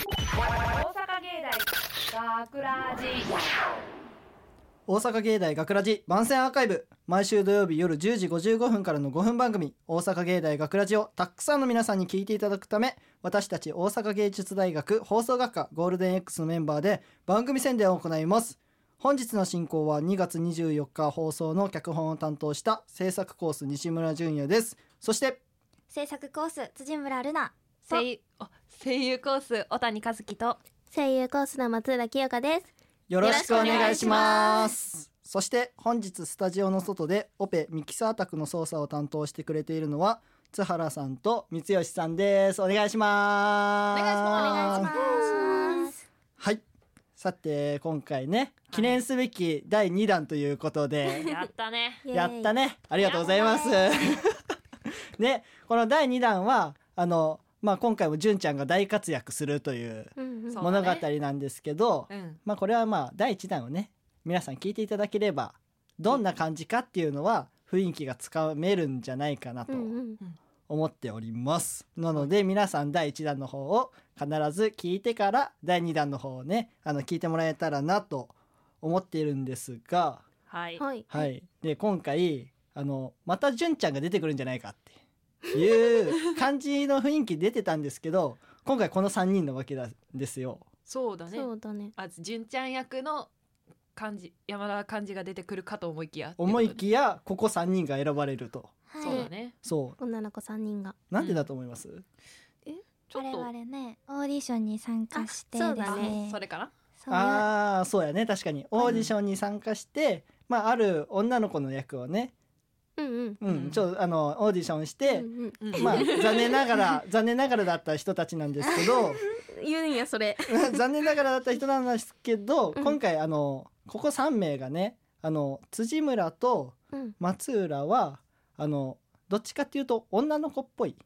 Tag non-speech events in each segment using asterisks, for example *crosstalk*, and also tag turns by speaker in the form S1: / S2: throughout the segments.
S1: 大阪芸大学ラジ
S2: 大阪芸大学ラジ番宣アーカイブ毎週土曜日夜10時55分からの5分番組「大阪芸大学ラジをたくさんの皆さんに聞いていただくため私たち大阪芸術大学放送学科ゴールデン X のメンバーで番組宣伝を行います本日の進行は2月24日放送の脚本を担当した制作コース西村淳也ですそして
S3: 制作コース辻村ルナ
S4: 声優お声優コース小谷和樹と
S3: 声優コースの松浦清香です
S2: よろしくお願いしますそして本日スタジオの外でオペミキサー宅の操作を担当してくれているのは津原さんと三吉さんですお願いします
S4: お願いし
S3: お
S4: ます
S3: 願いします
S2: はいさて今回ね記念すべき第2弾ということで、
S4: やったね
S3: イエーイ
S2: やったねありがとうございます
S3: イエ
S2: *laughs* ねこの第2弾はあのまあ今回も純ちゃんが大活躍するという
S3: うんうん
S4: そう
S2: 物語なんですけど、
S4: *laughs* うん
S2: まあこれはまあ第1弾をね皆さん聞いていただければどんな感じかっていうのは雰囲気がつかめるんじゃないかなと
S3: うんうん
S2: 思っております。なので皆さん第1弾の方を必ず聞いてから第2弾の方をねあの聞いてもらえたらなと思っているんですが、
S4: はい
S3: はい
S2: はい、で今回あのまた純ちゃんが出てくるんじゃないかっていう感じの雰囲気出てたんですけど今回この3人なわけなんですよ。
S4: そうだね
S3: そうだね
S4: あ純ちゃん役の漢字山田漢字が出てくるかと思いきや
S2: 思いきやここ3人が選ばれると。
S4: ってことねそう
S2: そう
S3: はい
S4: だね
S3: 女の子三人が
S2: なんでだと思います、
S4: ちょっと
S5: 我々ねオーディションに参加して
S3: あそう
S5: です
S3: だ
S4: あ
S5: ね
S4: それかな
S5: そうよ
S2: ああそうやね確かにオーディションに参加して、まあ、ある女の子の役をね、
S3: うんうん
S2: うん
S4: うん
S2: ちょあのオーディションし
S3: う
S2: て、
S3: んうん
S4: うん
S2: まあ、残念ながら *laughs* 残念ながらだった人たちなんですけど *laughs*
S3: 言うんやそれ
S2: 残念ながらだった人なんですけど、
S3: うん
S2: 今回あのここ3名がねあの辻村と
S3: うん
S2: 松浦はあのどっちかっていうと女の子っぽい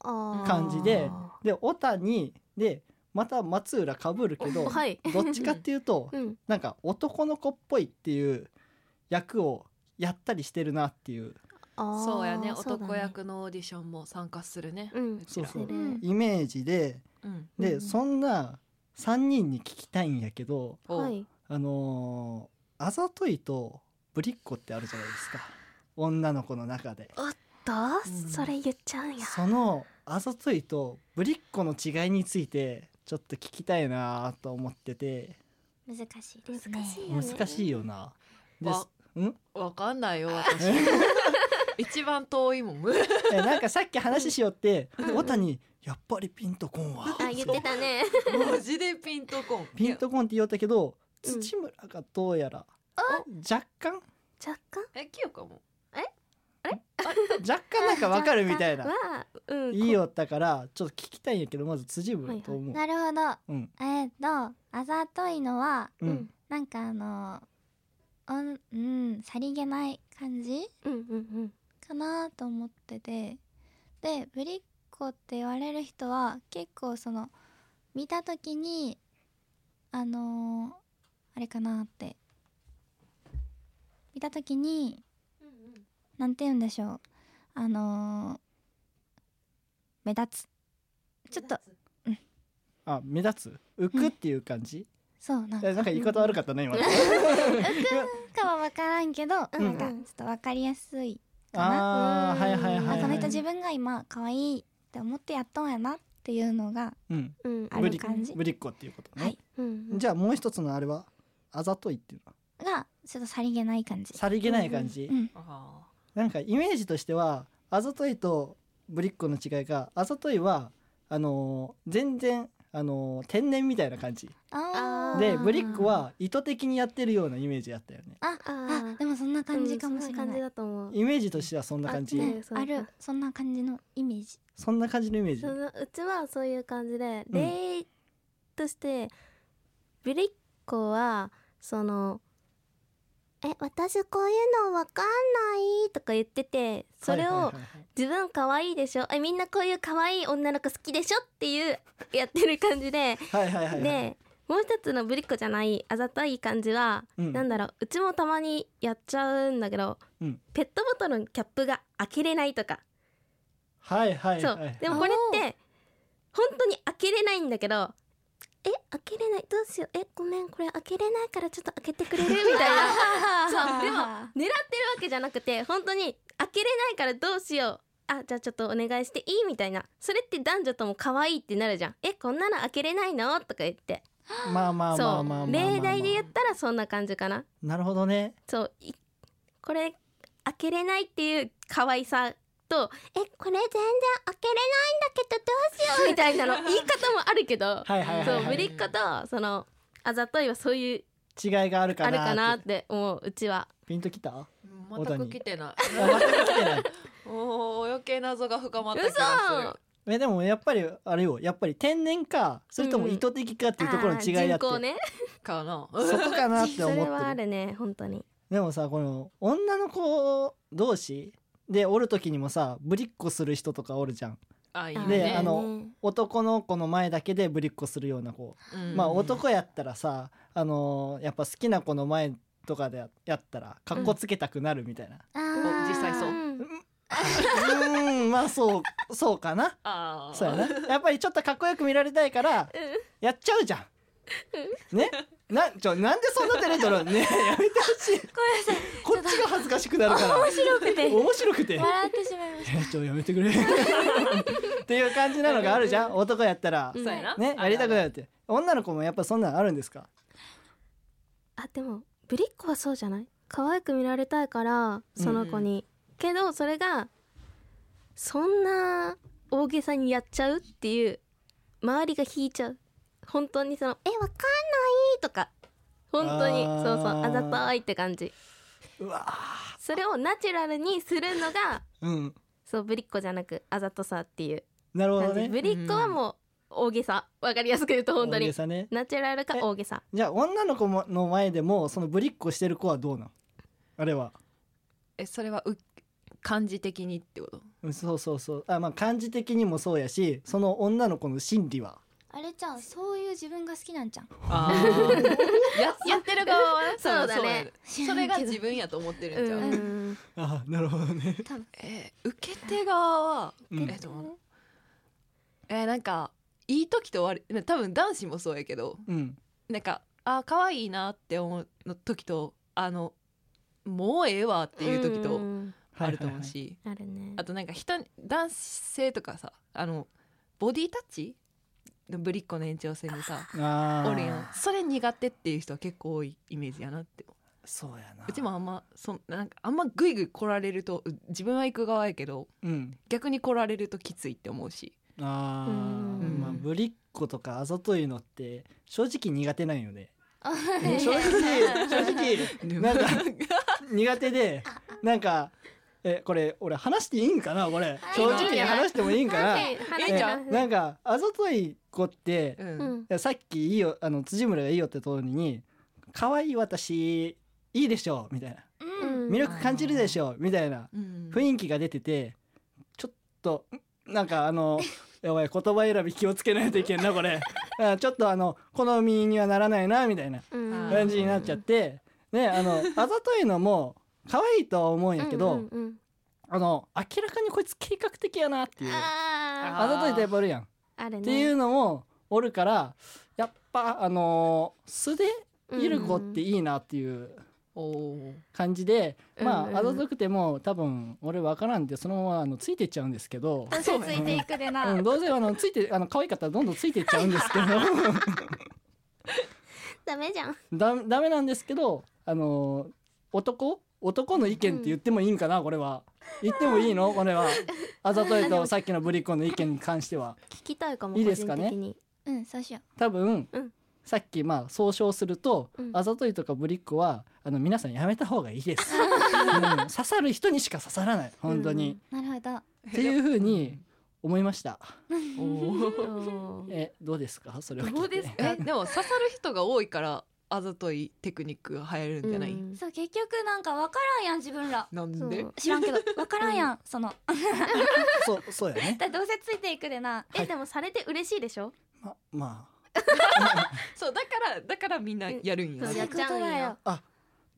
S3: あー
S2: 感じでで小谷でまた松浦かぶるけど、
S3: はい
S2: どっちかっていうと
S3: うん
S2: なんか男の子っぽいっていう役をやったりしてるなっていう
S3: あー
S4: そうやね
S3: そうだ
S4: 男役のオーディションも参加するね
S3: うん
S4: ちら
S2: そうそう
S5: うん
S2: イメージで
S4: うん
S2: で、
S5: うん
S2: そんな3人に聞きたいんやけど
S4: お
S3: はい
S2: あのーあざといとぶりっ子ってあるじゃないですか女の子の中で
S3: ど
S4: うん
S3: うそれ言っちゃうんや
S2: そのあざといとぶりっ子の違いについてちょっと聞きたいなと思ってて
S5: 難しいで
S3: 難
S5: すね
S3: しいよね
S2: 難しいよな。で
S4: わ
S2: ん
S4: わかんないよ私一番遠いもん
S2: *laughs* えなんかさっき話しよって小谷やっぱりピンとこんわ
S3: あ言ってたね
S4: マジでピンとこん
S2: ピンとこんって言おったけど
S3: うん
S2: 土村がどうやら、若干
S3: 若干
S4: え清香も
S2: 若干なんかわかるみ
S5: *laughs*
S2: たいな
S3: はうん
S2: いいよったからちょっと聞きたいんやけどまず辻村と思う、
S5: なるほど
S2: うん
S5: えっとあざといのは
S2: うん、
S3: うん
S5: なんかあのおんうんさりげない感じ
S3: うんうん
S5: かなと思っててでぶりっ子って言われる人は結構その見た時にあのーあれかなって見た時になんて言うんでしょうあのー目立つちょっと
S2: あ目立つ浮くっていう感じ、
S5: そうなんか
S2: えなんか言い方悪かったね
S5: *laughs*
S2: 今の
S5: かは分からんけど、
S2: ん
S5: なんかちょっと分かりやすいかな
S2: あー
S3: うん
S2: はいはいはい、
S5: あ
S2: はい、
S5: この人自分が今可愛いって思ってやっとんやなっていうのが
S2: うん
S3: うんうん
S5: あ
S2: ぶ
S5: る
S2: り
S5: 感じ
S2: ぶりっ子っていうことね、
S5: はい
S3: うん
S2: じゃあもう一つのあれはあざといっていうのは
S5: がちょっとさりげない感じ。
S2: さりげない感じ、
S5: うん
S4: あ
S2: なんかイメージとしてはあざといとぶりっ子の違いがあざといはあのー全然あのー天然みたいな感じ
S5: あー
S2: でブリックは意図的にやってるようなイメージだったよね
S5: あ
S3: あー
S5: あでもそんな感じかもしれな
S3: うんそん感じ
S5: い、
S3: だと思う
S2: イメージとしてはそんな感じ
S3: あ
S5: う
S3: ね
S5: ん
S3: そう
S5: あるそんな感じのイメージ
S2: そんな感じのイメージ
S3: そのうちはそういう感じで
S2: うん
S3: 例としてぶりっ子はその「え私こういうのわかんない」とか言っててそれ
S2: はいは
S3: を
S2: いはいはい
S3: 自分可愛いでしょえみんなこういう可愛い女の子好きでしょっていうやってる感じで
S2: はいはいはいはい
S3: でもう一つのぶりっ子じゃないあざとい感じは、
S2: うん
S3: なんだろううちもたまにやっちゃうんだけど、
S2: うん
S3: ペットボトルのキャップが開けれないとか、
S2: はいはい
S3: そう
S2: はい
S3: でもこれって本当に開けれないんだけど開けれないどうしようえごめんこれ開けれないからちょっと開けてく
S2: *laughs*
S3: れるみたいなそうでも狙ってるわけじゃなくて本当に開けれないからどうしようあじゃあちょっとお願いしていいみたいなそれって男女とも可愛いってなるじゃんえこんなの開けれないのとか言って
S2: まあまあまあまあまあま
S3: そ
S2: あ
S3: う例題で言ったらそんな感じかな
S2: なるほどね
S3: そういこれ開けれないっていう可愛さとえこれ全然開けれないんだけどどうしようみたいなの言い方もあるけど
S2: はいはいはい、
S3: そう
S2: は
S3: ぶ
S2: い、
S3: りっ子とそのあざといはそういう
S2: 違いがある
S3: あ
S2: かなー
S3: るか
S2: って
S3: なって思ううちは
S2: ピンときたあ小
S4: 全
S2: 谷
S4: く来
S2: *laughs*
S4: てない
S2: 全く来てない
S4: おお余計謎が深まった気がす
S3: 嘘
S4: る
S2: えでもやっぱりあれよやっぱり天然かそれとも意図的かっていうところの違いだって、
S3: あー人口ね
S4: かな
S2: そこかなって
S3: *laughs* そ
S2: 思
S3: れは
S2: っ
S3: あ
S2: てる
S3: るね本当に
S2: でもさこの女の子同士でおる時にもさぶりっこする人とかおるじゃん
S4: あいい
S3: あ
S4: ね
S3: ー
S2: で
S3: ね
S2: あの男の子の前だけでぶりっこするような子、
S4: うん
S2: まあ男やったらさあのーやっぱ好きな子の前とかでやったらかっこつけたくなるみたいな、
S5: あ
S4: お実際そう
S3: う
S2: *laughs*
S3: ん
S2: うーんまあそうそうかな
S4: あー
S2: そうやなやっぱりちょっとかっこよく見られたいからやっちゃうじゃんねなちょなんでそんな照れとるのねやめてほしいこっちが恥ずかしくなるから面白くて面白くて
S5: 笑ってしまいました
S2: えちょやめてくれっていう感じなのがあるじゃん男やったら
S3: う
S4: そ
S3: ん
S4: うやな
S2: ねやりたくなるって女の子もやっぱそんなんあるんですか
S3: あでもぶりっ子はそうじゃない可愛く見られたいからその子に、けどそれがそんな大げさにやっちゃうっていう周りが引いちゃう本当にその「えわかんない」とか本当に
S2: あー
S3: そうそうあざといって感じ
S2: うわ
S3: それをナチュラルにするのが
S2: うん
S3: そうぶりっ子じゃなくあざとさっていう
S2: なるほ
S3: 感
S2: ど
S3: じ、
S2: ね
S3: ぶりっ子はもう大げさわかりやすく言うと本当
S2: 大
S3: に
S2: げさね
S3: ナチュラルか
S2: え
S3: 大げさ
S2: じゃあ女の子もの前でもそのぶりっこしてる子はどうなのあれは
S4: えそれはう漢字的にってこと
S2: うんそうそうそうあまあ漢字的にもそうやしその女の子の心理は
S5: あれじゃんそういう自分が好きなんじゃん
S4: あー *laughs*
S2: *laughs*
S4: ややってる側はな
S3: そうだね
S4: やでそれが自分やと思ってるんじゃ、
S3: うんん
S2: あなるほどね、
S4: えー受け手側は
S2: うん
S4: えっとえーなんかいい時と悪い多分男子もそうやけど
S2: うん、
S4: なんかあー可愛いなって思うの時とあのもうええわっていう時
S3: う
S4: と
S3: ん
S4: あると思うし、
S3: あるね
S4: あとなんか人に男性とかさあのボディタッチのぶりっ子の延長線でさ
S2: はいはいはい、あー
S4: おるやんそれ苦手っていう人は結構多いイメージやなって
S2: そうやな
S4: うちもあんまそんなんかあんまグイグイ来られるとう自分は行く側やけど
S2: うん
S4: 逆に来られるときついって思うし
S2: あー
S3: うん
S2: まあぶりっ子とかあざといのって正直苦手なんよね
S5: あ
S2: 正直正直なんか苦手でなんかえこれ俺話していいんかなこれ
S5: あいい
S2: 正
S5: よ
S2: 直に話してもいいんかな
S3: はい話
S4: いいじゃん
S2: えなんかあざとい子って *laughs*
S4: う
S3: うんん
S2: いやさっきいいよあの辻村がいいよって通りに「可愛い私いいでしょ」みたいな
S3: う
S5: う
S2: 「
S5: ん
S3: ん
S2: 魅力感じるでしょ」みたいな
S4: うん
S2: 雰囲気が出ててちょっとんなんかあ
S3: *laughs*
S2: のやばい言葉選び気をつけないといけんなこれあちょっとあの好みにはならないなみたいな
S3: うん
S2: 感じになっちゃってねあのあざといのも可愛いとは思うんやけど、
S3: うんうんうん
S2: あの明らかにこいつ計画的やなっていうあ
S3: あ
S4: ー
S2: ざといタイプあるやん。
S3: ーあるね
S2: っていうのもおるからやっぱあのー素でいる子って
S3: うん
S2: いいなっていう
S4: お
S2: *laughs*
S4: ー
S2: 感じで、
S3: うん
S2: ま
S3: うん
S2: ああざとくても多分俺分からんでそのままあのついてっちゃうんですけど、
S5: どうせついていくでな、
S2: うん、どうせあのついてあの可愛かったらどんどんついてっちゃうんですけど
S3: ダメじゃん
S2: だダメなんですけどあのー男男の意見って言ってもいいんかなこれは言ってもいいのこれはあざといとさっきのブリコの意見に関しては
S3: 聞きたいかも
S2: いいですかね
S3: 個人的に
S5: うんそうしよ
S2: 多分、
S3: うん
S2: さっきまあ総称すると、
S3: うん
S2: あざといとかぶりっ子はあの皆さんやめた方がいいです、うん刺さる人にしか刺さらない本当に、
S5: うなるほど
S2: っていう風に思いました
S4: お
S3: う
S4: ー
S3: んうんうん
S2: えどうですかそれを聞いて
S4: どうですかえでも刺さる人が多いからあざといテクニックが流行るんじゃない、
S3: うん
S5: そう結局なんかわからんやん自分ら
S4: なん
S3: そう
S4: で
S5: 知らんけどわからんやんその
S2: そうそうやね
S5: だどうせついていくでな
S2: は
S3: え
S2: い
S3: でもされて嬉しいでしょ
S2: まま
S4: そうだからだからみんなやるんや、
S3: そうやっちゃ
S5: そ
S3: うん
S5: ういうことだ
S3: よ
S5: よ
S2: あ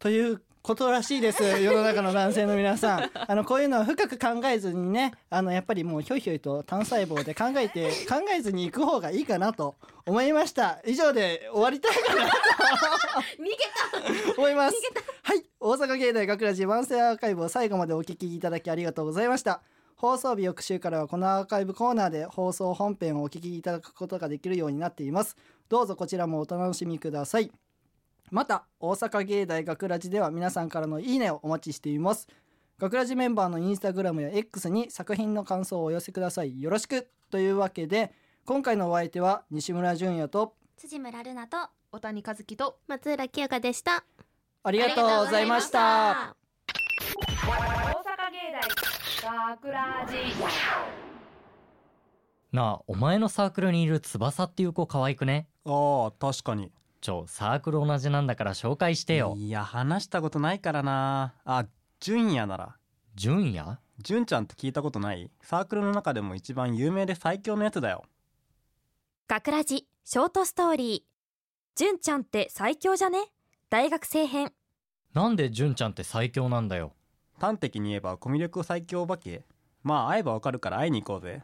S2: ということらしい
S3: *laughs*
S2: です世の中の男性の皆さんあのこういうのは深く考えずにねあのやっぱりもうひょいひょいと単細胞で考え
S3: *laughs*
S2: て考えずに行く方がいいかなと思いました以上で終わりたいか
S3: *laughs*
S2: な
S3: 逃げた
S2: と思いますはい大阪芸大学ラジワンセアアーカイブを最後までお聞きいただきありがとうございました放送日翌週からはこのアーカイブコーナーで放送本編をお聞きいただくことができるようになっていますどうぞこちらもお楽しみくださいまた大阪芸大学ラジでは皆さんからのいいねをお待ちしています学ラジメンバーのインスタグラムや X に作品の感想をお寄せくださいよろしくというわけで今回のお相手は西村淳也と
S5: 辻村るなと
S4: 小谷和樹と
S3: 松浦清香でした
S2: ありがとうございました
S1: 大阪芸大学ラジ
S6: なあお前のサークルにいる翼っていう子可愛くね
S7: ああ確かに
S6: ちょサークル同じなんだから紹介してよ
S7: いや話したことないからなあ純也なら
S6: 純也
S7: 純ちゃんって聞いたことないサークルの中でも一番有名で最強のやつだよ
S8: 学ラジショートストーリー純ちゃんって最強じゃね大学生編
S6: なんで純ちゃんって最強なんだよ
S7: 端的に言えばコミュ力最強お化けまあ会えばわかるから会いに行こうぜ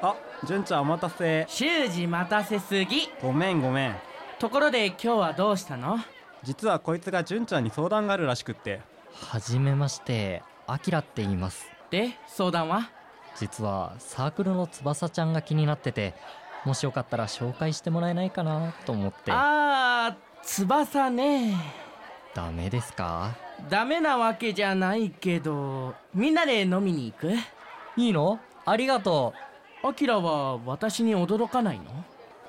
S7: あ純ちゃんお待たせ
S9: 修二待たせすぎ
S7: ごめんごめん
S9: ところで今日はどうしたの
S7: 実はこいつが純ちゃんに相談があるらしくって
S6: はじめましてアキラって言います
S9: で相談は
S6: 実はサークルの翼ちゃんが気になっててもしよかったら紹介してもらえないかなと思って
S9: あー翼ね
S6: ダメですか
S9: ダメなわけじゃないけどみんなで飲みに行く
S6: いいのありがと
S9: アキラは私に驚かないの
S6: う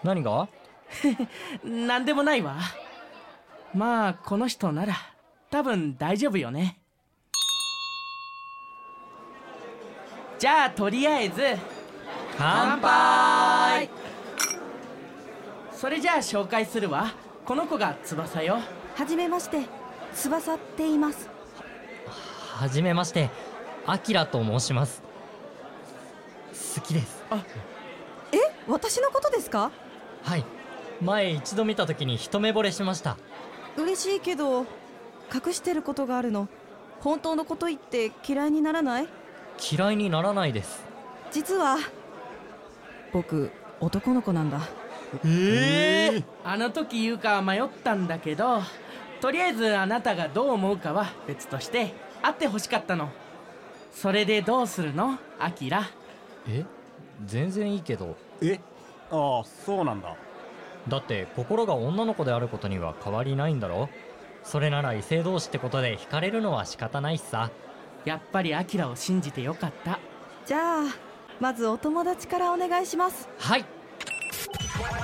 S6: 何が
S9: なんでもないわまあこの人なら多分大丈夫よねじゃあとりあえず
S6: 乾
S9: 杯それじゃあ紹介するわこの子が翼よ
S8: はじめまして翼って言います
S6: はじめましてアキラと申します好きです
S8: え私のことですか
S6: はい前一度見た時に一目惚れしました
S8: 嬉しいけど隠してることがあるの本当のこと言って嫌いにならない
S6: 嫌いにならないです
S8: 実は僕男の子なんだ
S7: ええ
S9: あの時言うか迷ったんだけどとりあえずあなたがどう思うかは別として会ってほしかったのそれでどうするのアキラ
S6: え全然いいけど
S7: えああそうなんだ
S6: だって心が女の子であることには変わりないんだろそれなら異性同士ってことで惹かれるのは仕方ないしさ
S9: やっぱりアキラを信じてよかった
S8: じゃあまずお友達からお願いします
S6: はい
S1: 大阪芸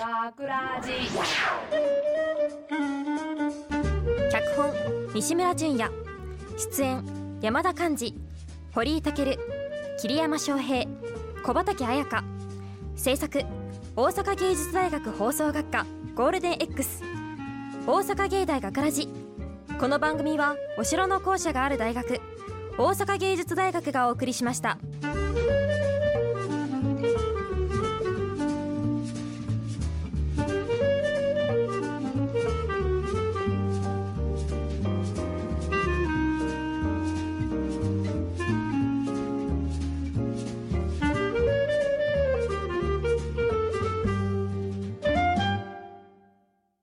S1: 大学ラジ
S8: 脚本西村淳也出演山田寛二堀井健桐山翔平小畠彩香制作大阪芸術大学放送学科ゴールデン X 大阪芸大学ラジこの番組はお城の校舎がある大学大阪芸術大学がお送りしました。